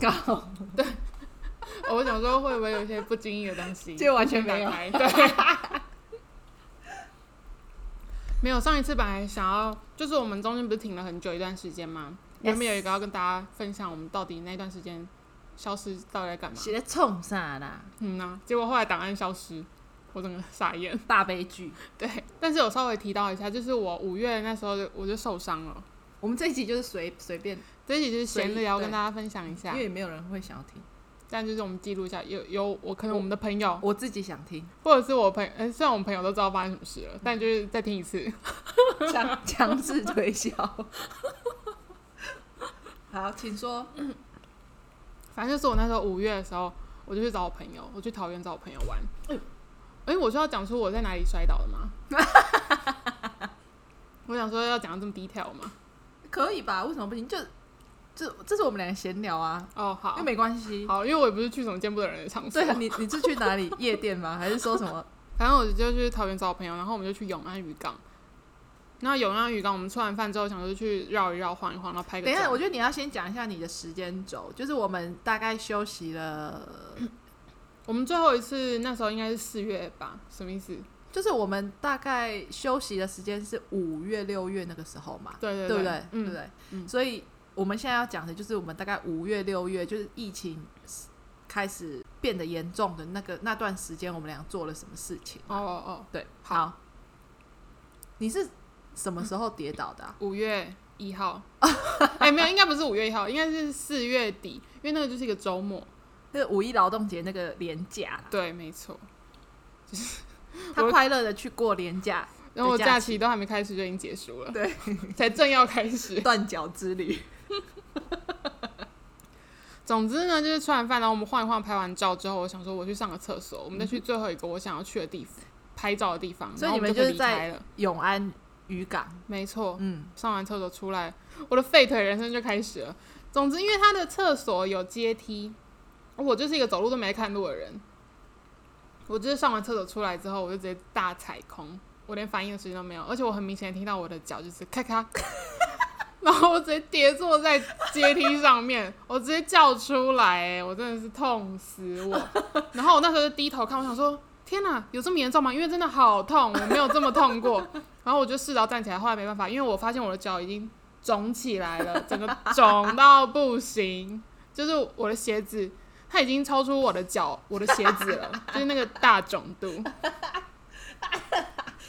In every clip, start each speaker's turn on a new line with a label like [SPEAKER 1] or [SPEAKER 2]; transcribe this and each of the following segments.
[SPEAKER 1] 稿，，
[SPEAKER 2] 我想说会不会有一些不经意的东西
[SPEAKER 1] 这完全没有
[SPEAKER 2] 打。开对， 没有。上一次本来想要，就是我们中间不是停了很久一段时间吗？
[SPEAKER 1] Yes
[SPEAKER 2] 原本有一个要跟大家分享，我们到底那段时间消失到底在干嘛？
[SPEAKER 1] 是在冲啥啦？
[SPEAKER 2] 嗯呐、结果后来档案消失，我整个傻眼。
[SPEAKER 1] 大悲剧。
[SPEAKER 2] 对，但是有稍微提到一下，就是我五月那时候就我就受伤了。
[SPEAKER 1] 我们这一集就是随随便，
[SPEAKER 2] 这一集就是闲
[SPEAKER 1] 所以
[SPEAKER 2] 聊，
[SPEAKER 1] 对
[SPEAKER 2] 跟大家分享一
[SPEAKER 1] 因
[SPEAKER 2] 下
[SPEAKER 1] 为。也没有人会想要听，
[SPEAKER 2] 但就是我们记录一下，有有我可能我们的朋友，
[SPEAKER 1] 我自己想听，
[SPEAKER 2] 或者是我朋友，呃虽然我们朋友都知道发生什么事
[SPEAKER 1] 嗯
[SPEAKER 2] 了，但就是再听一次。
[SPEAKER 1] 强强制推销。 好，请说。
[SPEAKER 2] 反正就是我那时候五月的时候，我就去找我朋友，我去桃园找我朋友玩。
[SPEAKER 1] 嗯
[SPEAKER 2] 哎、我就要讲出我在哪里摔倒的 吗？我想说要讲得这么 detail 吗？
[SPEAKER 1] 可以吧？为什么不行？就这，这是我们两个闲聊啊，
[SPEAKER 2] 哦，好
[SPEAKER 1] 又，没关系。
[SPEAKER 2] 好，因为我也不是去什么见不得人的场所
[SPEAKER 1] 对，啊，你你是去哪里夜店吗？还是说什 么？
[SPEAKER 2] 反正我就去桃园找我朋友，然后我们就去永安渔港。那永安渔港，我们吃完饭之后想说去绕一绕、晃一晃，然后拍个
[SPEAKER 1] 等一下，
[SPEAKER 2] 照
[SPEAKER 1] 我觉得你要先讲一下你的时间轴，就是我们大概休息了，
[SPEAKER 2] 我们最后一次那时候应该是四月吧？什么意思？
[SPEAKER 1] 就是我们大概休息的时间是五月六月那个时候嘛，
[SPEAKER 2] 对对
[SPEAKER 1] 对不对
[SPEAKER 2] 对？
[SPEAKER 1] 对不
[SPEAKER 2] 嗯，
[SPEAKER 1] 对？
[SPEAKER 2] 嗯
[SPEAKER 1] 所以我们现在要讲的就是我们大概五月六月，就是疫情开始变得严重的那个那段时间，我们俩做了什么事情？
[SPEAKER 2] 哦哦
[SPEAKER 1] 对，好，你是什么时候跌倒的啊、
[SPEAKER 2] 哦，五月一 号，哎、没有，应该不是五月一号，应该是四月底，因为那个就是一个周末。
[SPEAKER 1] 那个五一劳动节那个连假啦，
[SPEAKER 2] 对，没错。
[SPEAKER 1] 他
[SPEAKER 2] 我
[SPEAKER 1] 快乐的去过连假，
[SPEAKER 2] 然后我
[SPEAKER 1] 的假
[SPEAKER 2] 假
[SPEAKER 1] 期
[SPEAKER 2] 期都还没开始就已经结束了，
[SPEAKER 1] 对，
[SPEAKER 2] 才正要开始。
[SPEAKER 1] 断脚之旅。
[SPEAKER 2] 总之呢，就是吃完饭，然后我们晃一晃，拍完照之后，我想说我去上个厕所，我们再去最后一个我想要去的地方，拍照的地方，
[SPEAKER 1] 所以
[SPEAKER 2] 然后我
[SPEAKER 1] 你们
[SPEAKER 2] 就
[SPEAKER 1] 就
[SPEAKER 2] 可
[SPEAKER 1] 是
[SPEAKER 2] 离
[SPEAKER 1] 在
[SPEAKER 2] 开了。
[SPEAKER 1] 永安渔港，
[SPEAKER 2] 没错，
[SPEAKER 1] 嗯，
[SPEAKER 2] 上完厕所出来，我的废腿人生就开始了。总之，因为他的厕所有阶梯，我就是一个走路都没看路的人。我就是上完厕所出来之后，我就直接大踩空，我连反应的时间都没有，而且我很明显地听到我的脚就是咔 咔，然后我直接跌坐在阶梯上面，我直接叫出来、哎我真的是痛死我。然后我那时候就低头看，我想说，天哪，有这么严重吗？因为真的好痛，我没有这么痛过。然后我就试着站起来，后来没办法，因为我发现我的脚已经肿起来了，整个肿到不行，就是我的鞋子，它已经超出我的脚，我的鞋子了，就是那个大肿度。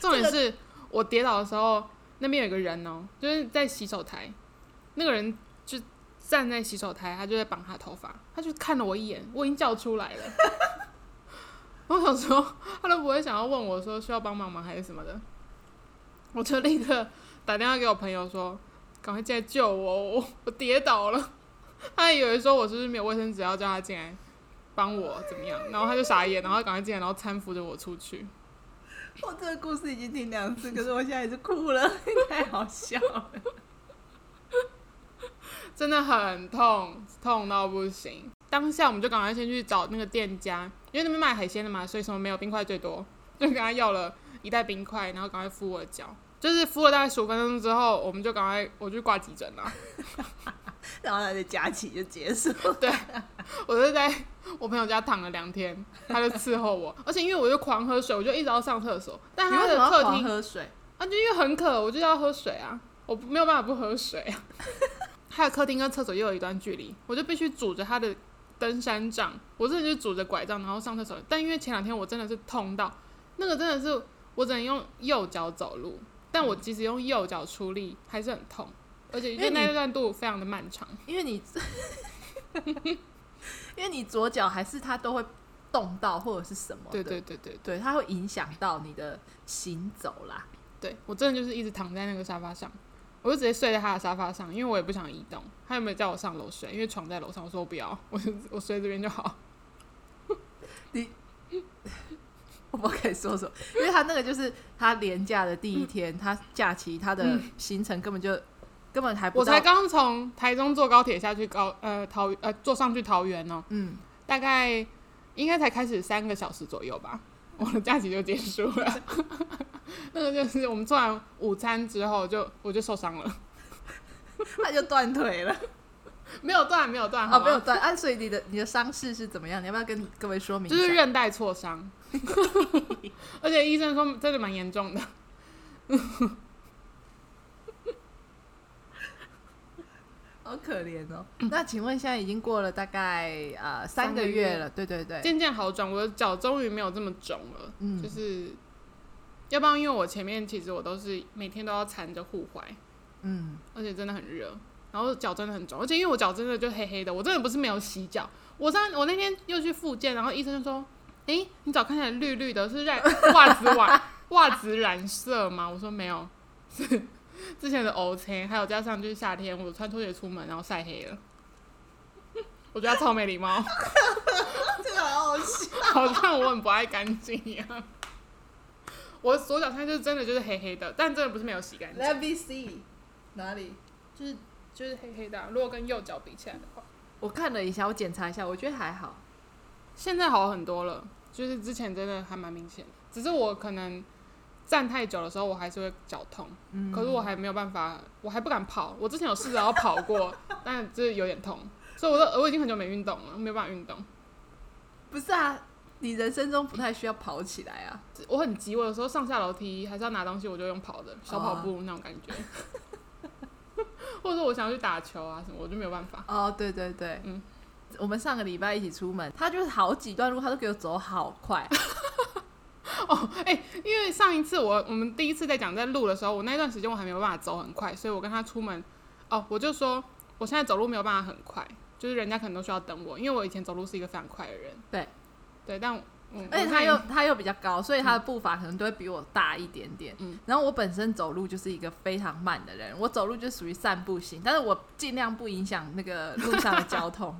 [SPEAKER 2] 重点是我跌倒的时候，那边有一个人哦、就是在洗手台，那个人就站在洗手台，他就在绑他头发，他就看了我一眼，我已经叫出来了。我想说，他都不会想要问我说需要帮忙吗还是什么的，我就立刻打电话给我朋友说，赶快进来救我，我我跌倒了。他还以为说我是不是没有卫生纸，要叫他进来帮我怎么样，然后他就傻眼，然后赶快进来，然后搀扶着我出去。
[SPEAKER 1] 我这个故事已经听两次，可是我现在也是哭了， 太好笑了。
[SPEAKER 2] 真的很痛，痛到不行。当下我们就赶快先去找那个店家，因为那边卖海鲜的嘛，所以什么没有冰块最多，就跟他要了一袋冰块，然后赶快敷我的脚。就是敷了大概十五分钟之后，我们就赶快我去挂急诊了。
[SPEAKER 1] 然后他的假期就结束，
[SPEAKER 2] 我就在 我朋友家躺了两天，他就伺候我，而且因为我就狂喝水，我就一直要上厕所。但
[SPEAKER 1] 你
[SPEAKER 2] 啊他
[SPEAKER 1] 为什
[SPEAKER 2] 的
[SPEAKER 1] 么要
[SPEAKER 2] 客
[SPEAKER 1] 狂
[SPEAKER 2] 厅
[SPEAKER 1] 喝水？
[SPEAKER 2] 啊，就因为很渴，我就要喝水啊，我不没有办法不喝水啊。 还有客厅跟厕所又有一段距离，我就必须拄着他的登山杖，我真的就是拄着拐杖，然后上厕所。但因为前两天我真的是痛到，那个真的是我只能用右脚走路，但我即使用右脚出力还是很痛，而且
[SPEAKER 1] 嗯因为
[SPEAKER 2] 就那
[SPEAKER 1] 你
[SPEAKER 2] 段路非常的漫长。
[SPEAKER 1] 因为你，因为你左脚还是它都会动到或者是什么的，
[SPEAKER 2] 对对对对
[SPEAKER 1] 对，它会影响到你的行走啦。
[SPEAKER 2] 对，我真的就是一直躺在那个沙发上，我就直接睡在他的沙发上，因为我也不想移动。他有没有叫我上楼睡？因为床在楼上，我说我不要，我就我睡这边就好。
[SPEAKER 1] 我不知道该说什么，因为他那个就是他连假的
[SPEAKER 2] 嗯
[SPEAKER 1] 第一天，他假期他的行程根本就、根本还不
[SPEAKER 2] 我
[SPEAKER 1] 到
[SPEAKER 2] 才，刚从台中坐高铁下去高呃桃呃坐上去桃园哦，
[SPEAKER 1] 嗯，
[SPEAKER 2] 大概应该才开始三个小时左右吧，我的假期就结束了。 那个就是我们做完午餐之后就我就受伤了，
[SPEAKER 1] 他就断腿了。
[SPEAKER 2] 没有断，没有断，
[SPEAKER 1] 啊，
[SPEAKER 2] 好吗
[SPEAKER 1] 没有断。啊，所以你的你的伤势是怎么样？你要不要跟各位说明一
[SPEAKER 2] 就
[SPEAKER 1] 下？
[SPEAKER 2] 是韧带挫伤， 而且医生说真的蛮严重的。
[SPEAKER 1] 好可怜哦。那请问现在已经过了大概呃
[SPEAKER 2] 三
[SPEAKER 1] 三
[SPEAKER 2] 个
[SPEAKER 1] 个月
[SPEAKER 2] 月
[SPEAKER 1] 了，对对对，
[SPEAKER 2] 渐渐好转，我的脚终于没有这么肿了。
[SPEAKER 1] 嗯
[SPEAKER 2] 就是要不然因为我前面其实我都是每天都要缠着护踝，
[SPEAKER 1] 嗯，
[SPEAKER 2] 而且真的很热，然后脚真的很肿，而且因为我脚真的就黑黑的，我真的不是没有洗脚。我上我那天又去复健，然后医生就说：“诶，你脚看起来绿绿的，是染袜子染袜子染色吗？”我说没有，是之前的 O C，还有加上就是夏天我穿拖鞋出门，然后晒黑了。 我觉得他超没礼貌，
[SPEAKER 1] 这个好好笑。
[SPEAKER 2] 好像我很不爱干净一样。我左脚现在就是真的就是黑黑的，但真的不是没有洗干净。
[SPEAKER 1] Let me see 哪里？
[SPEAKER 2] 就是就是黑黑的啊、如果跟右脚比起来的话，
[SPEAKER 1] 我看了一下，我检查一下，我觉得还好。
[SPEAKER 2] 现在好很多了，就是之前真的还蛮明显的，只是我可能站太久的时候，我还是会脚痛，
[SPEAKER 1] 嗯
[SPEAKER 2] 可是我还没有办法，我还不敢跑，我之前有试着要跑过，但就是有点痛，所以我都我已经很久没运动了，没有办法运动，
[SPEAKER 1] 不是啊，你人生中不太需要跑起来啊。
[SPEAKER 2] 我很急，我有时候上下楼梯还是要拿东西，我就用跑的小跑
[SPEAKER 1] 哦
[SPEAKER 2] 步那种感觉， 或者说我想要去打球啊什么，我就没有办法。
[SPEAKER 1] 哦，对对对，
[SPEAKER 2] 嗯
[SPEAKER 1] 嗯，我们上个礼拜一起出门，他就是好几段路，他都给我走好快。
[SPEAKER 2] 哦，哎、因为上一次我我们第一次在讲在录的时候，我那段时间我还没有办法走很快，所以我跟他出门，哦，我就说我现在走路没有办法很快，就是人家可能都需要等我，因为我以前走路是一个非常快的人。
[SPEAKER 1] 对，
[SPEAKER 2] 对，但嗯，
[SPEAKER 1] 而且
[SPEAKER 2] 我
[SPEAKER 1] 他
[SPEAKER 2] 看
[SPEAKER 1] 又他又比较高，所以他的步伐可能都会比我大一点点。
[SPEAKER 2] 嗯
[SPEAKER 1] 嗯，然后我本身走路就是一个非常慢的人，我走路就属于散步型，但是我尽量不影响那个路上的交通。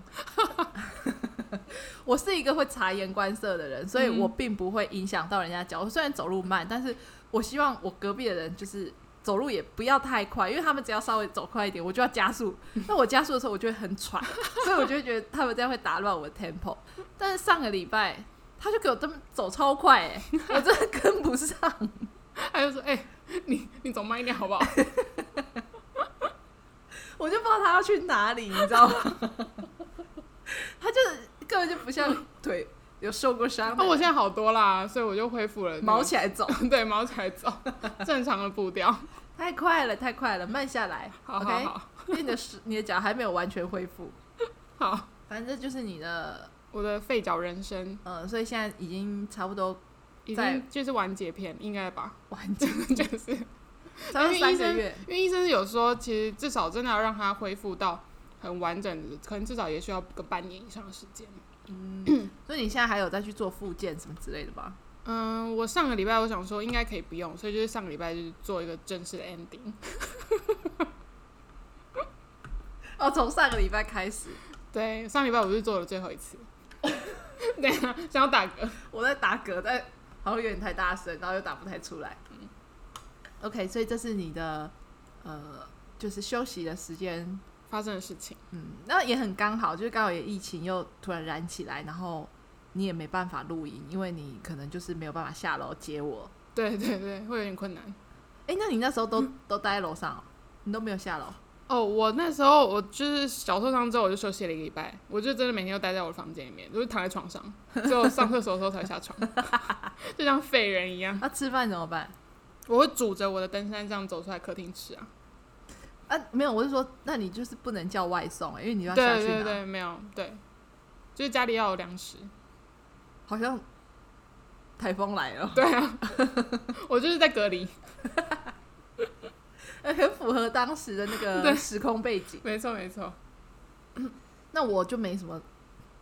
[SPEAKER 1] 我是一个会察言观色的人，所以
[SPEAKER 2] 嗯
[SPEAKER 1] 我并不会影响到人家交通。虽然走路慢，但是我希望我隔壁的人就是走路也不要太快，因为他们只要稍微走快一点，我就要加 速。那我加速的时候，我就会很喘，所以我就会觉得他们这样会打乱我的 tempo。但是上个礼拜他就给我这么走超快、 欸，我真的跟不上。
[SPEAKER 2] 他就说，哎、你你走慢一点好 不好？
[SPEAKER 1] 我就不知道他要去哪里，你知道 吗？他就是根本就不像腿有受过伤的
[SPEAKER 2] 那、
[SPEAKER 1] 人，
[SPEAKER 2] 哦我现在好多啦，所以我就恢复了、
[SPEAKER 1] 毛，起来走，
[SPEAKER 2] 对，毛起来走，正常的步调。
[SPEAKER 1] 太快了，太快了，慢下来
[SPEAKER 2] 好
[SPEAKER 1] o
[SPEAKER 2] 好
[SPEAKER 1] k
[SPEAKER 2] 好
[SPEAKER 1] 因 为你的是你的脚还没有完全恢复，
[SPEAKER 2] 好，
[SPEAKER 1] 反正就是你的，
[SPEAKER 2] 我的废脚人生
[SPEAKER 1] 呃，所以现在已经差不多
[SPEAKER 2] 已
[SPEAKER 1] 在
[SPEAKER 2] 经就是完结篇，应 该吧？
[SPEAKER 1] 完 结，
[SPEAKER 2] 就是。
[SPEAKER 1] 差不多三个月，
[SPEAKER 2] 因为医生有说，其实至少真的要让他恢复到很完整的，可能至少也需要个半年以上的时间。
[SPEAKER 1] 嗯，所以你现在还有再去做复健什么之类的 吧？
[SPEAKER 2] 嗯，我上个礼拜我想说应该可以不用，所以就是上个礼拜就是做一个正式的 ending。
[SPEAKER 1] 哦，从上个礼拜开始，
[SPEAKER 2] 对，上礼拜我是做了最后一 次。对啊，想要打嗝。
[SPEAKER 1] 我在打嗝，但好像有点太大声，然后又打不太出来。OK，所以这是你的呃，就是休息的时间。
[SPEAKER 2] 发生的事情，
[SPEAKER 1] 嗯，那也很刚好，就是刚好也疫情又突然燃起来，然后你也没办法录音，因为你可能就是没有办法下楼接我。
[SPEAKER 2] 对对对，会有点困难。
[SPEAKER 1] 哎、那你那时候
[SPEAKER 2] 嗯
[SPEAKER 1] 都、都待在楼上哦、你都没有下楼？
[SPEAKER 2] 哦，我那时候我就是小受伤之后，我就休息了一个礼拜，我就真的每天都待在我的房间里面，就是躺在床上，只有上厕所的时候才下床， 就像废人一样。
[SPEAKER 1] 那、啊吃饭怎么办？
[SPEAKER 2] 我会拄着我的登山杖走出来客厅吃啊。
[SPEAKER 1] 啊，没有，我是说，那你就是不能叫外送、诶因为你要下
[SPEAKER 2] 对
[SPEAKER 1] 去拿。
[SPEAKER 2] 对对，没有对，就是家里要有粮食。
[SPEAKER 1] 好像台风来了。
[SPEAKER 2] 对啊，我就是在隔离，
[SPEAKER 1] 呃很符合当时的那
[SPEAKER 2] 对
[SPEAKER 1] 个时空背景。
[SPEAKER 2] 没错没错。
[SPEAKER 1] 那我就没什么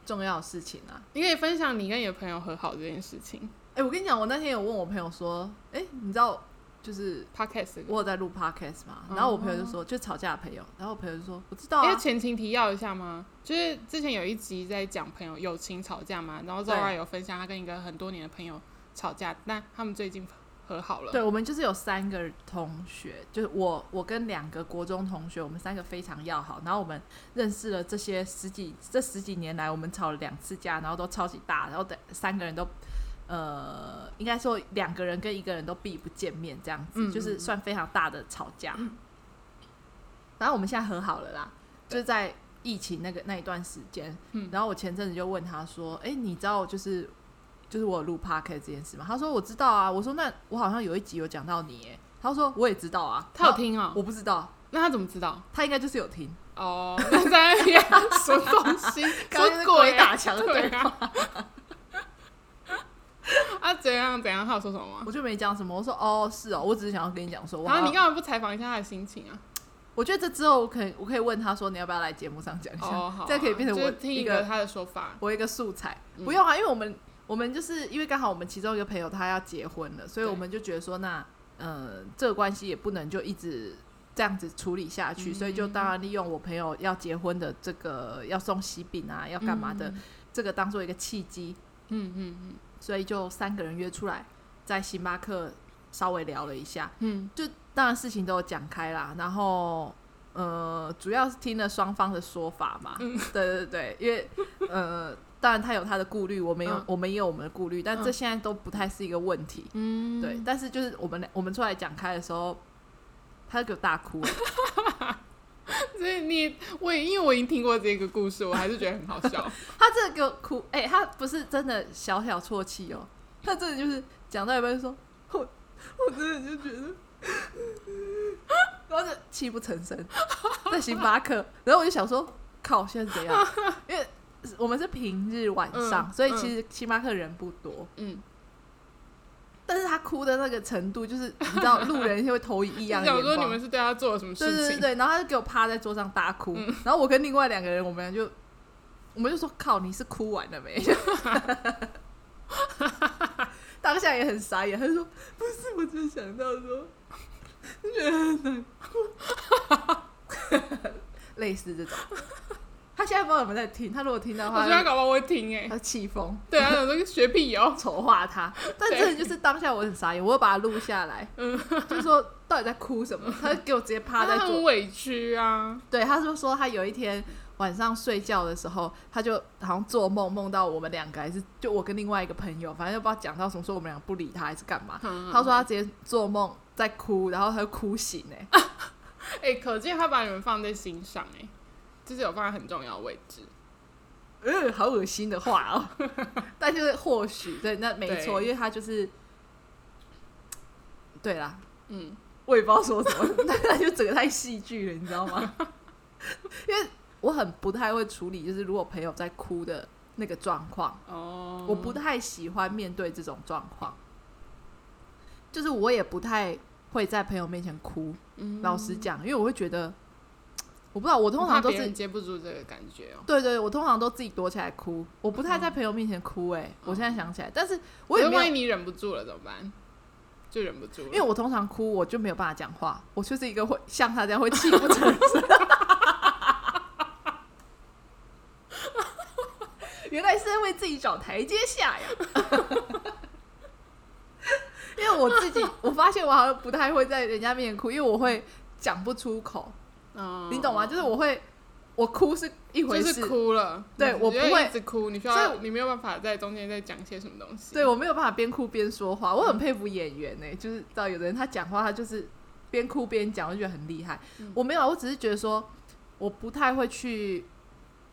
[SPEAKER 1] 重要的事情啊。
[SPEAKER 2] 你可以分享你跟你的朋友和好这件事情
[SPEAKER 1] 哎、我跟你讲，我那天有问我朋友说，哎、你知道就是
[SPEAKER 2] ，podcast 这个。
[SPEAKER 1] 我有在录 podcast 吗？
[SPEAKER 2] 哦
[SPEAKER 1] 然后我朋友就说，就吵架的朋友，然后我朋友就说，我知道
[SPEAKER 2] 因为
[SPEAKER 1] 啊。
[SPEAKER 2] 前情提要一下嘛，就是之前有一集在讲朋友友情吵架嘛，然后 Zora
[SPEAKER 1] 对
[SPEAKER 2] 有分享她跟一个很多年的朋友吵架，但他们最近和好了。
[SPEAKER 1] 对，我们就是有三个同学，就是我，我跟两个国中同学，我们三个非常要好。然后我们认识了这些十几这十几年来，我们吵了两次架，然后都超级大，然后等三个人都，呃，应该说两个人跟一个人都避不见面，这样子、
[SPEAKER 2] 嗯
[SPEAKER 1] 就是算非常大的吵架。然后我们现在和好了啦，就是在疫情那个那一段时间，
[SPEAKER 2] 嗯
[SPEAKER 1] 然后我前阵子就问他说：“哎、你知道就是就是我有录 p o c a s t 这件事吗？”他说：“我知道啊。”我说：“那我好像有一集有讲到你。”耶。”他说：“我也知道啊。”
[SPEAKER 2] 他有，听
[SPEAKER 1] 然
[SPEAKER 2] 哦、
[SPEAKER 1] 后我不知道，
[SPEAKER 2] 那他怎么知道？
[SPEAKER 1] 他应该就是有听，
[SPEAKER 2] 哦，那在 那边什么东西？
[SPEAKER 1] 刚刚
[SPEAKER 2] 说
[SPEAKER 1] 是
[SPEAKER 2] 鬼
[SPEAKER 1] 鬼打墙的
[SPEAKER 2] 对
[SPEAKER 1] 对
[SPEAKER 2] 啊。 啊，怎样怎样？他有说什么吗？
[SPEAKER 1] 我就没讲什么。我说：“哦，是哦，我只是想要跟你讲说，我
[SPEAKER 2] 嗯然
[SPEAKER 1] 好
[SPEAKER 2] 后
[SPEAKER 1] 像
[SPEAKER 2] 你干嘛不采访一下他的心情啊？
[SPEAKER 1] 我觉得这之后我可以我可以问他说你要不要来节目上讲一下，
[SPEAKER 2] 哦，好啊，
[SPEAKER 1] 这样可以变成
[SPEAKER 2] 就是
[SPEAKER 1] 我
[SPEAKER 2] 听
[SPEAKER 1] 一
[SPEAKER 2] 一
[SPEAKER 1] 个
[SPEAKER 2] 个他的说法。
[SPEAKER 1] 我一个素材。
[SPEAKER 2] 嗯
[SPEAKER 1] 不用啊，因为我们我们就是因为刚好我们其中一个朋友他要结婚了，所以
[SPEAKER 2] 对
[SPEAKER 1] 我们就觉得说那呃这个关系也不能就一直这样子处理下去，
[SPEAKER 2] 嗯
[SPEAKER 1] 所以就当然利用我朋友要结婚的这个要送喜饼啊，要干嘛的、这个当做一个契机，
[SPEAKER 2] 嗯嗯嗯
[SPEAKER 1] 所以就三个人约出来在星巴克稍微聊了一下，
[SPEAKER 2] 嗯，
[SPEAKER 1] 就当然事情都有讲开啦，然后呃，主要是听了双方的说法嘛。
[SPEAKER 2] 嗯
[SPEAKER 1] 对对对，因为呃，当然他有他的顾虑，我们有、
[SPEAKER 2] 嗯
[SPEAKER 1] 我们也有我们的顾虑，但
[SPEAKER 2] 嗯
[SPEAKER 1] 这现在都不太是一个问题。
[SPEAKER 2] 嗯
[SPEAKER 1] 对，但是就是我们俩我们出来讲开的时候，他就给我大哭了。
[SPEAKER 2] 所以你我也因为我已经听过这个故事，我还是觉得很好 笑。
[SPEAKER 1] 他真的给我哭，哎、他不是真的小小啜泣哦，他真的就是讲到一半就说，我我真的就觉得，然后就泣不成声，在星巴克，然后我就想说，靠，现在是怎样？因为我们是平日晚上，
[SPEAKER 2] 嗯
[SPEAKER 1] 所以其实星巴克人不多，
[SPEAKER 2] 嗯，
[SPEAKER 1] 但是他哭的那个程度，就是你知道路人就会投以异样
[SPEAKER 2] 想
[SPEAKER 1] 的眼
[SPEAKER 2] 说你
[SPEAKER 1] 光
[SPEAKER 2] 们。是对他做了什么
[SPEAKER 1] 对对
[SPEAKER 2] 事
[SPEAKER 1] 对
[SPEAKER 2] 情？嗯
[SPEAKER 1] 对，然后他就给我趴在桌上大哭，然后我跟另外两个人，我们就我们就说靠，你是哭完了 没？当下也很傻眼，他就说不是，我只是想到说，就觉得很难过， 类似这种。他现在不知道有没有在听，他如果听到的
[SPEAKER 2] 我
[SPEAKER 1] 话
[SPEAKER 2] 觉得，他搞不好会听哎。
[SPEAKER 1] 他气疯，
[SPEAKER 2] 对啊，想说学屁哦。
[SPEAKER 1] 丑化他，但真的就是当下我很傻眼，我又把他录下来，就说到底在哭什么？ 他就给我直接趴在
[SPEAKER 2] 嗯 他
[SPEAKER 1] 桌
[SPEAKER 2] 很委屈啊，
[SPEAKER 1] 对，他就说他有一天晚上睡觉的时候，他就好像做梦，梦到我们两个还是就我跟另外一个朋友，反正就不知道讲到什么，说我们俩不理他还是干嘛。
[SPEAKER 2] 嗯
[SPEAKER 1] 他说他直接做梦在哭，然后他就哭醒哎、
[SPEAKER 2] 哎、可见他把你们放在心上哎、就是有放在很重要的位置。
[SPEAKER 1] 嗯，好恶心的话哦。 但就是或许对，那没错，
[SPEAKER 2] 对
[SPEAKER 1] 因为他就是，对啦，
[SPEAKER 2] 嗯，
[SPEAKER 1] 我也不知道说什么， 但他就整个太戏剧了，你知道吗？ 因为我很不太会处理，就是如果朋友在哭的那个状况。
[SPEAKER 2] 哦
[SPEAKER 1] 我不太喜欢面对这种状况，就是我也不太会在朋友面前哭。
[SPEAKER 2] 嗯
[SPEAKER 1] 老实讲，因为我会觉得，我不知道，我
[SPEAKER 2] 我
[SPEAKER 1] 通
[SPEAKER 2] 怕
[SPEAKER 1] 常都
[SPEAKER 2] 别
[SPEAKER 1] 是
[SPEAKER 2] 人接不住这个感觉哦、
[SPEAKER 1] 对对，我通常都自己躲起来哭，我不太在朋友面前哭、欸。
[SPEAKER 2] 嗯
[SPEAKER 1] 哎、我现在想起来，但是我
[SPEAKER 2] 可
[SPEAKER 1] 也
[SPEAKER 2] 是
[SPEAKER 1] 没有
[SPEAKER 2] 万一，你忍不住了怎么办？就忍不住了，
[SPEAKER 1] 因为我通常哭，我就没有办法讲话，我就是一个会像他这样会泣不成 声。原来是在为自己找台阶下呀。 因为我自己，我发现我好像不太会在人家面前哭，因为我会讲不出口，
[SPEAKER 2] 哦
[SPEAKER 1] 你懂吗？就是我会，我哭是一回
[SPEAKER 2] 就
[SPEAKER 1] 事，
[SPEAKER 2] 是哭了，
[SPEAKER 1] 对
[SPEAKER 2] 你
[SPEAKER 1] 我
[SPEAKER 2] 就
[SPEAKER 1] 不会
[SPEAKER 2] 一直哭，你需
[SPEAKER 1] 所以
[SPEAKER 2] 要
[SPEAKER 1] 我
[SPEAKER 2] 你没有办法在中间再讲些什么东西。
[SPEAKER 1] 对我没有办法边哭边说话。我很佩服演员呢、欸就是知道有的人他讲话他就是边哭边讲，我就觉得很厉害。
[SPEAKER 2] 嗯
[SPEAKER 1] 我没有啊，我只是觉得说我不太会去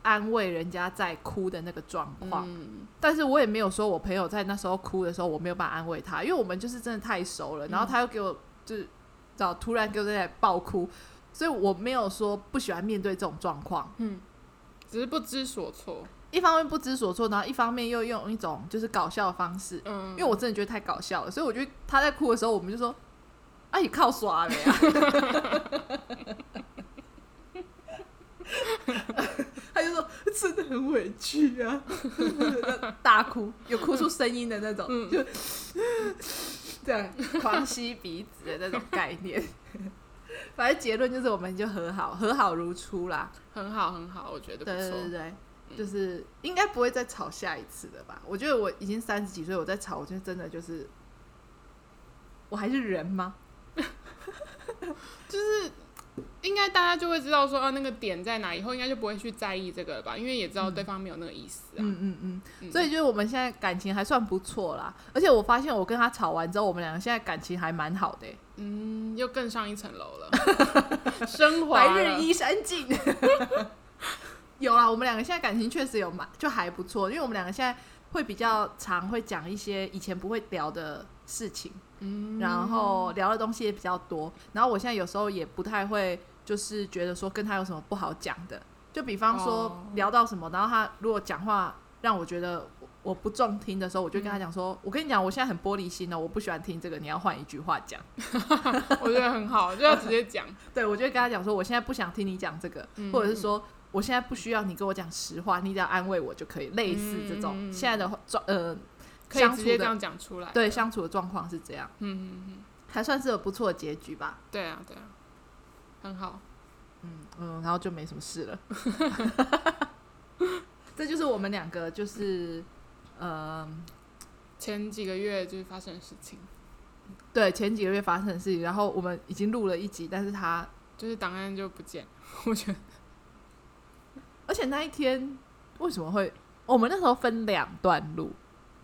[SPEAKER 1] 安慰人家在哭的那个状况，
[SPEAKER 2] 嗯，
[SPEAKER 1] 但是我也没有说我朋友在那时候哭的时候我没有办法安慰他，因为我们就是真的太熟
[SPEAKER 2] 嗯
[SPEAKER 1] 了，然后他又给我就是找突然给我在那里爆哭，所以我没有说不喜欢面对这种状况。
[SPEAKER 2] 只是不知所措。
[SPEAKER 1] 一方面不知所措，然后一方面又用一种就是搞笑的方式，
[SPEAKER 2] 嗯，
[SPEAKER 1] 因为我真的觉得太搞笑了，所以我觉得他在哭的时候，我们就说：“啊，你靠耍了呀！” 他就说：“真的很委屈啊，大哭，有哭出声音的那种，就这样狂吸鼻子的那种概念。反正结论就是，我们就和好，和好如初啦。
[SPEAKER 2] 很好很好，我觉得不
[SPEAKER 1] 对对
[SPEAKER 2] 错。嗯
[SPEAKER 1] 对对，就是应该不会再吵下一次的吧？我觉得我已经三十几岁，我再吵，我就真的就是，我还是人吗？
[SPEAKER 2] 应该大家就会知道说啊那个点在哪，以后应该就不会去在意这个了吧，因为也知道对方没有那个意思啊。
[SPEAKER 1] 嗯嗯嗯。
[SPEAKER 2] 嗯
[SPEAKER 1] 所以就是我们现在感情还算不错啦，而且我发现我跟他吵完之后，我们两个现在感情还蛮好的欸、
[SPEAKER 2] 嗯，又 更上一层楼了，升华
[SPEAKER 1] 白
[SPEAKER 2] 了
[SPEAKER 1] 日依山尽。 有啦，我们两个现在感情确实有蛮就还不错，因为我们两个现在会比较常会讲一些以前不会聊的事情，
[SPEAKER 2] 嗯
[SPEAKER 1] 然后聊的东西也比较多。然后我现在有时候也不太会，就是觉得说跟他有什么不好讲的。就比方说
[SPEAKER 2] 哦
[SPEAKER 1] 聊到什么，然后他如果讲话让我觉得我我不中听的时候，我就
[SPEAKER 2] 嗯
[SPEAKER 1] 跟他讲说：“我跟你讲，我现在很玻璃心哦，我不喜欢听这个，你要换一句话讲。
[SPEAKER 2] 我觉得很好，就要直接讲。
[SPEAKER 1] 对”我就会跟他讲说：“我现在不想听你讲这个，
[SPEAKER 2] 嗯
[SPEAKER 1] 或者是说我现在不需要你跟我讲实话，你只要安慰我就可以。”类似这种、
[SPEAKER 2] 嗯
[SPEAKER 1] 现在的话状呃
[SPEAKER 2] 可以
[SPEAKER 1] 相
[SPEAKER 2] 直
[SPEAKER 1] 处
[SPEAKER 2] 接这
[SPEAKER 1] 的
[SPEAKER 2] 样讲出来。
[SPEAKER 1] 对相处的状况是这样，
[SPEAKER 2] 嗯，嗯嗯，
[SPEAKER 1] 还算是有不错的结局吧。
[SPEAKER 2] 对啊，对啊，很好。
[SPEAKER 1] 嗯嗯，然后就没什么事了。 这就是我们两个就是呃
[SPEAKER 2] 前几个月就是发生的事情，
[SPEAKER 1] 对前几个月发生的事情，然后我们已经录了一集，但是他
[SPEAKER 2] 就是档案就不见了，我觉得
[SPEAKER 1] 而且那一天为什么会我们那时候分两段录？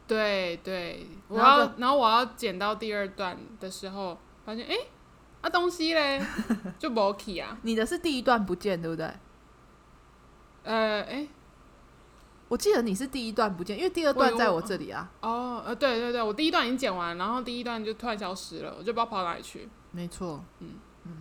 [SPEAKER 2] 对对，我
[SPEAKER 1] 然后
[SPEAKER 2] 要然后我要剪到第二段的时候，发现哎、诶啊东 西嘞就 b o k 啊，
[SPEAKER 1] 你的是第一段不见，对不对？
[SPEAKER 2] 呃哎、诶
[SPEAKER 1] 我记得你是第一段不见，因为第二段在我这里啊。
[SPEAKER 2] 哦呃对对对，我第一段已经剪完，然后第一段就突然消失了，我就不知道跑哪里去。
[SPEAKER 1] 没错，
[SPEAKER 2] 嗯
[SPEAKER 1] 嗯，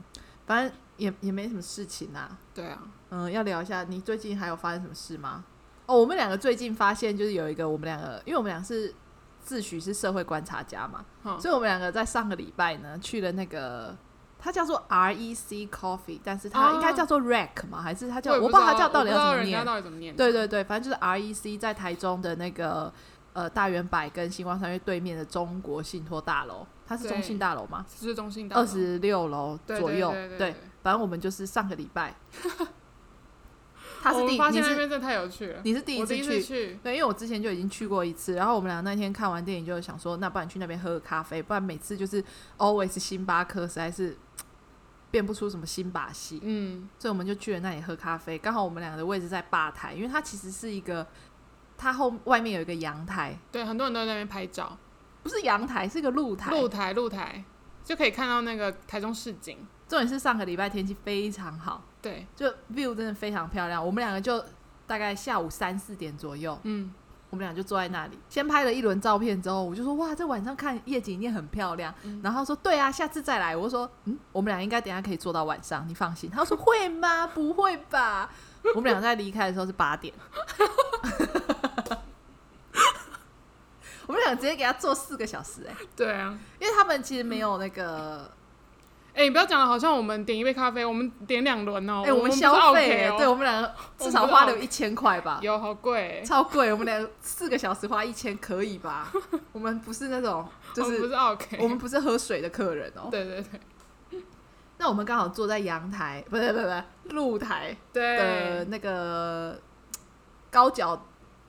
[SPEAKER 1] 反正也也没什么事情啊。
[SPEAKER 2] 对啊，
[SPEAKER 1] 嗯，要聊一下你最近还有发生什么事吗？哦，我们两个最近发现就是有一个我们两个，因为我们俩是自诩是社会观察家嘛，
[SPEAKER 2] 嗯
[SPEAKER 1] 所以我们两个在上个礼拜呢去了那个，它叫做 REC Coffee，但是它
[SPEAKER 2] 啊
[SPEAKER 1] 应该叫做 Rack 嘛，还是它叫
[SPEAKER 2] 也
[SPEAKER 1] 我
[SPEAKER 2] 不
[SPEAKER 1] 不知道它叫到底
[SPEAKER 2] 我
[SPEAKER 1] 要怎
[SPEAKER 2] 不知道
[SPEAKER 1] 么
[SPEAKER 2] 人家
[SPEAKER 1] 念？啊
[SPEAKER 2] 到底怎么念。
[SPEAKER 1] 对对对，反正就是 REC 在台中的那个呃大圆柏跟星光三月对面的中国信托大楼，它是中
[SPEAKER 2] 对
[SPEAKER 1] 信大楼吗？
[SPEAKER 2] 就是中信大楼
[SPEAKER 1] 二十六楼
[SPEAKER 2] 对
[SPEAKER 1] 左右，
[SPEAKER 2] 对对对对
[SPEAKER 1] 反正我们就是上个礼 拜，他是
[SPEAKER 2] 我
[SPEAKER 1] 第
[SPEAKER 2] 发
[SPEAKER 1] 你
[SPEAKER 2] 现那
[SPEAKER 1] 是
[SPEAKER 2] 边真的太有趣了。
[SPEAKER 1] 你是第一
[SPEAKER 2] 我
[SPEAKER 1] 次
[SPEAKER 2] 第一
[SPEAKER 1] 去，
[SPEAKER 2] 次去，
[SPEAKER 1] 对，因为我之前就已经去过一次，然后我们俩那天看完电影就想说，那不然去那边喝个咖啡，不然每次就是 always 星巴克实在是变不出什么新把戏，
[SPEAKER 2] 嗯，
[SPEAKER 1] 所以我们就去了那里喝咖啡。刚好我们两个的位置在吧台，因为它其实是一个，它后外面有一个阳台，
[SPEAKER 2] 对，很多人都在那边拍照，
[SPEAKER 1] 不是阳台，是一个露台，
[SPEAKER 2] 露台露台就可以看到那个台中市景，
[SPEAKER 1] 重点是上个礼拜天气非常好。
[SPEAKER 2] 对，
[SPEAKER 1] 就 view 真的非常漂亮。我们两个就大概下午三四点左右，
[SPEAKER 2] 嗯，
[SPEAKER 1] 我们俩就坐在那里，先拍了一轮照片之后，我就说哇，这晚上看夜景一定很漂亮。
[SPEAKER 2] 嗯
[SPEAKER 1] 然后他说对啊，下次再来。我就说嗯，我们俩应该等一下可以做到晚上，你放心。他说会吗？不会吧？我们俩在离开的时候是八点。我们俩直接给他做四个小时哎、
[SPEAKER 2] 对啊，
[SPEAKER 1] 因为他们其实没有那个，
[SPEAKER 2] 哎、你不要讲的好像我们点一杯咖啡，我们点两轮哦，
[SPEAKER 1] 哎、
[SPEAKER 2] 我
[SPEAKER 1] 们
[SPEAKER 2] 们
[SPEAKER 1] 消
[SPEAKER 2] 不是
[SPEAKER 1] 费、
[SPEAKER 2] OK
[SPEAKER 1] 哎
[SPEAKER 2] 哦、
[SPEAKER 1] 对我们两个至少花了有一千块吧，
[SPEAKER 2] 有好贵、欸，
[SPEAKER 1] 超贵，我们俩四个小时花一千可以吧？我们不是那种，就
[SPEAKER 2] 哦我们不
[SPEAKER 1] 是
[SPEAKER 2] 是 OK，
[SPEAKER 1] 我们不是喝水的客人哦、
[SPEAKER 2] 对对对
[SPEAKER 1] 那我们刚好坐在阳台，不是不是不是露台的
[SPEAKER 2] 对，
[SPEAKER 1] 那个高脚，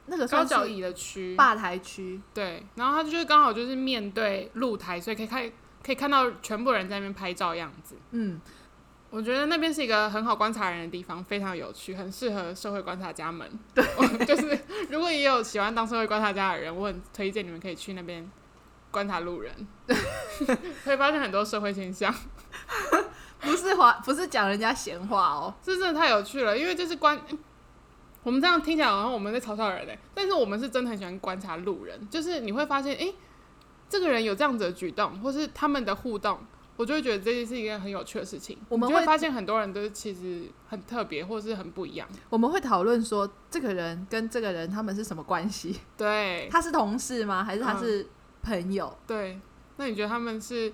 [SPEAKER 1] 那个
[SPEAKER 2] 高
[SPEAKER 1] 算
[SPEAKER 2] 脚
[SPEAKER 1] 是
[SPEAKER 2] 椅的区，
[SPEAKER 1] 吧台区，
[SPEAKER 2] 对，然后它就是刚好就是面对露台，所以可以看可以看到全部人在那边拍照样子。
[SPEAKER 1] 嗯，
[SPEAKER 2] 我觉得那边是一个很好观察人的地方，非常有趣，很适合社会观察 家们。对，就是如果也有喜欢当社会观察家的人，我很推荐你们可以去那边观察 路人，会发现很多社会现象。
[SPEAKER 1] 不是话不是讲人家闲话哦、
[SPEAKER 2] 这真的太有趣了，因为就是观，我们这样听起来好像我们在嘲笑人嘞、欸但是我们是真的很喜欢观察路人，就是你会发现，诶，这个人有这样子的举动，或是他们的互动，我就会觉得这是一件很有趣的事情。
[SPEAKER 1] 我们
[SPEAKER 2] 你就
[SPEAKER 1] 会
[SPEAKER 2] 会发现很多人都是其实很特别，或是很不一样。
[SPEAKER 1] 我们会讨论说这个人跟这个人他们是什么关系？
[SPEAKER 2] 对嗯
[SPEAKER 1] 他是同事吗？还是他是朋友？
[SPEAKER 2] 对，那你觉得他们是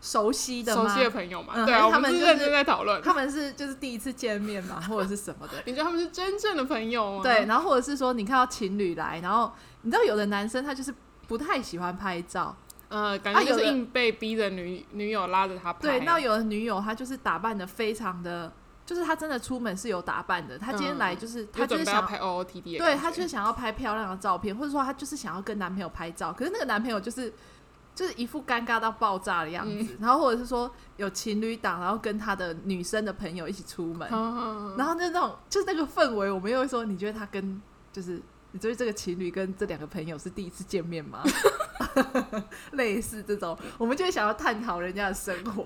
[SPEAKER 1] 熟悉的
[SPEAKER 2] 熟
[SPEAKER 1] 吗？
[SPEAKER 2] 悉的朋友吗？
[SPEAKER 1] 嗯
[SPEAKER 2] 对啊，
[SPEAKER 1] 还是他
[SPEAKER 2] 我
[SPEAKER 1] 们
[SPEAKER 2] 们
[SPEAKER 1] 就是
[SPEAKER 2] 认真在讨论。
[SPEAKER 1] 他们是就是第一次见面 吗？或者是什么的？
[SPEAKER 2] 你觉得他们是真正的朋友吗？
[SPEAKER 1] 对，，然后或者是说，你看到情侣来，然后你知道有的男生他就是不太喜欢拍照，
[SPEAKER 2] 呃，感
[SPEAKER 1] 啊
[SPEAKER 2] 觉就
[SPEAKER 1] 有
[SPEAKER 2] 是
[SPEAKER 1] 的
[SPEAKER 2] 硬被逼着女女友拉着他拍啊。
[SPEAKER 1] 对，那有的女友她就是打扮的非常的，就是她真的出门是有打扮的，她今天来就是、她
[SPEAKER 2] 嗯有
[SPEAKER 1] 就
[SPEAKER 2] 准
[SPEAKER 1] 是
[SPEAKER 2] 备要
[SPEAKER 1] 想。
[SPEAKER 2] 拍 OOTD 的感觉。
[SPEAKER 1] 对，她就是想要拍漂亮的照片，或者说她就是想要跟男朋友拍照，可是那个男朋友就是就是一副尴尬到爆炸的样
[SPEAKER 2] 嗯
[SPEAKER 1] 子，然后或者是说有情侣档，然后跟她的女生的朋友一起出门，
[SPEAKER 2] 嗯
[SPEAKER 1] 然
[SPEAKER 2] 然
[SPEAKER 1] 后那种就是那个氛围，我们又会说，你觉得他跟就是你觉得这个情侣跟这两个朋友是第一次见面吗？ 类似这种，我们就会想要探讨人家的生活，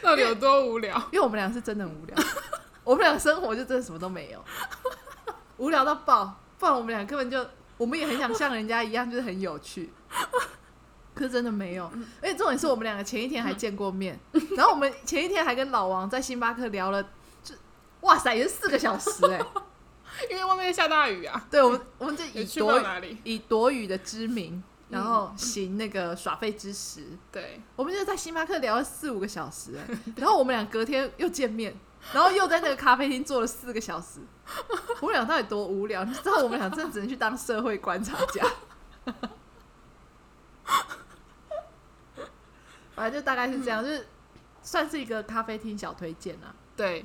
[SPEAKER 2] 到底有多无聊？
[SPEAKER 1] 因为我们俩是真的很无聊。 我们俩生活就真的什么都没有，无聊到爆。不然我们俩根本就，我们也很想像人家一样，就是很有趣。可是真的没有，而且重点是我们两个前一天还见过面，然后我们前一天还跟老王在星巴克聊了，就哇塞，也是四个小时哎、
[SPEAKER 2] 因为外面下大雨啊，
[SPEAKER 1] 对，我们我们这
[SPEAKER 2] 也
[SPEAKER 1] 以
[SPEAKER 2] 去不嗯了
[SPEAKER 1] 躲
[SPEAKER 2] 哪里。
[SPEAKER 1] 以躲雨的之名，然后行那个耍废之实，
[SPEAKER 2] 对，
[SPEAKER 1] 我们就在星巴克聊了四五个小时、哎 然后我们俩隔天又见面，然后又在那个咖啡厅坐了四个小时，我们俩到底多无聊？你知道我们俩真的只能去当社会观察家，反正就大概是这
[SPEAKER 2] 嗯
[SPEAKER 1] 样，就是算是一个咖啡厅小推荐啊。
[SPEAKER 2] 对，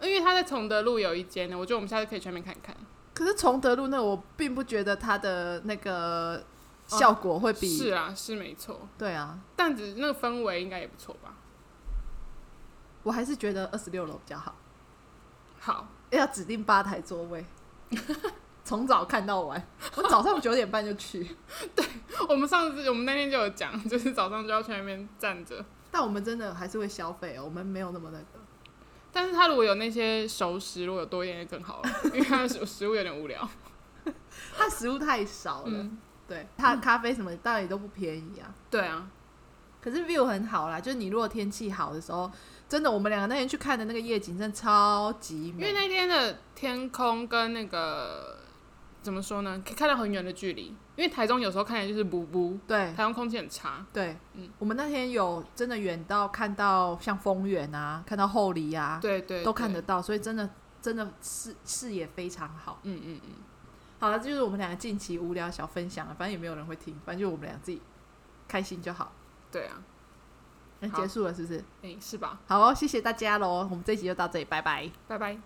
[SPEAKER 2] 因为他在崇德路有一间呢，我觉得我们下次可以去那边看看。
[SPEAKER 1] 可是崇德路那我并不觉得它的那个效果会比、
[SPEAKER 2] 是啊，是没错，
[SPEAKER 1] 对啊，
[SPEAKER 2] 但只那个氛围应该也不错吧。
[SPEAKER 1] 我还是觉得二十六楼比较好，
[SPEAKER 2] 好，
[SPEAKER 1] 要指定吧台座位， 从早看到晚。我早上九点半就去，
[SPEAKER 2] 我们上次我们那天就有讲，就是早上就要去那边站着，
[SPEAKER 1] 但我们真的还是会消费、哦，我们没有那么那个。
[SPEAKER 2] 但是他如果有那些熟食，如果有多一点就更好了，因为他的食食物有点无聊。
[SPEAKER 1] 它食物太少了，
[SPEAKER 2] 嗯，
[SPEAKER 1] 对，它的咖啡什么当然也都不便宜啊。
[SPEAKER 2] 对啊，
[SPEAKER 1] 可是 view 很好啦，就是你如果天气好的时候，真的我们两个那天去看的那个夜景真的超级
[SPEAKER 2] 因
[SPEAKER 1] 美。
[SPEAKER 2] 为那天的天空跟那个怎么说呢，可以看到很远的距离。因为台中有时候看起来就是不不，
[SPEAKER 1] 对
[SPEAKER 2] 台中空气很差。
[SPEAKER 1] 对，
[SPEAKER 2] 嗯
[SPEAKER 1] 我们那天有真的远到看到像丰原啊，看到后里啊，
[SPEAKER 2] 对对
[SPEAKER 1] 都看得
[SPEAKER 2] 对
[SPEAKER 1] 到，所以真的真的视视野非常好。
[SPEAKER 2] 嗯嗯嗯，
[SPEAKER 1] 好了，这就是我们两个近期无聊小分享了，反正也没有人会听，反正就我们俩自己开心就好。
[SPEAKER 2] 对啊，
[SPEAKER 1] 那
[SPEAKER 2] 好
[SPEAKER 1] 结束了是不是？
[SPEAKER 2] 诶，是吧？
[SPEAKER 1] 好哦，谢谢大家喽，我们这一集就到这里，拜拜。
[SPEAKER 2] 拜拜。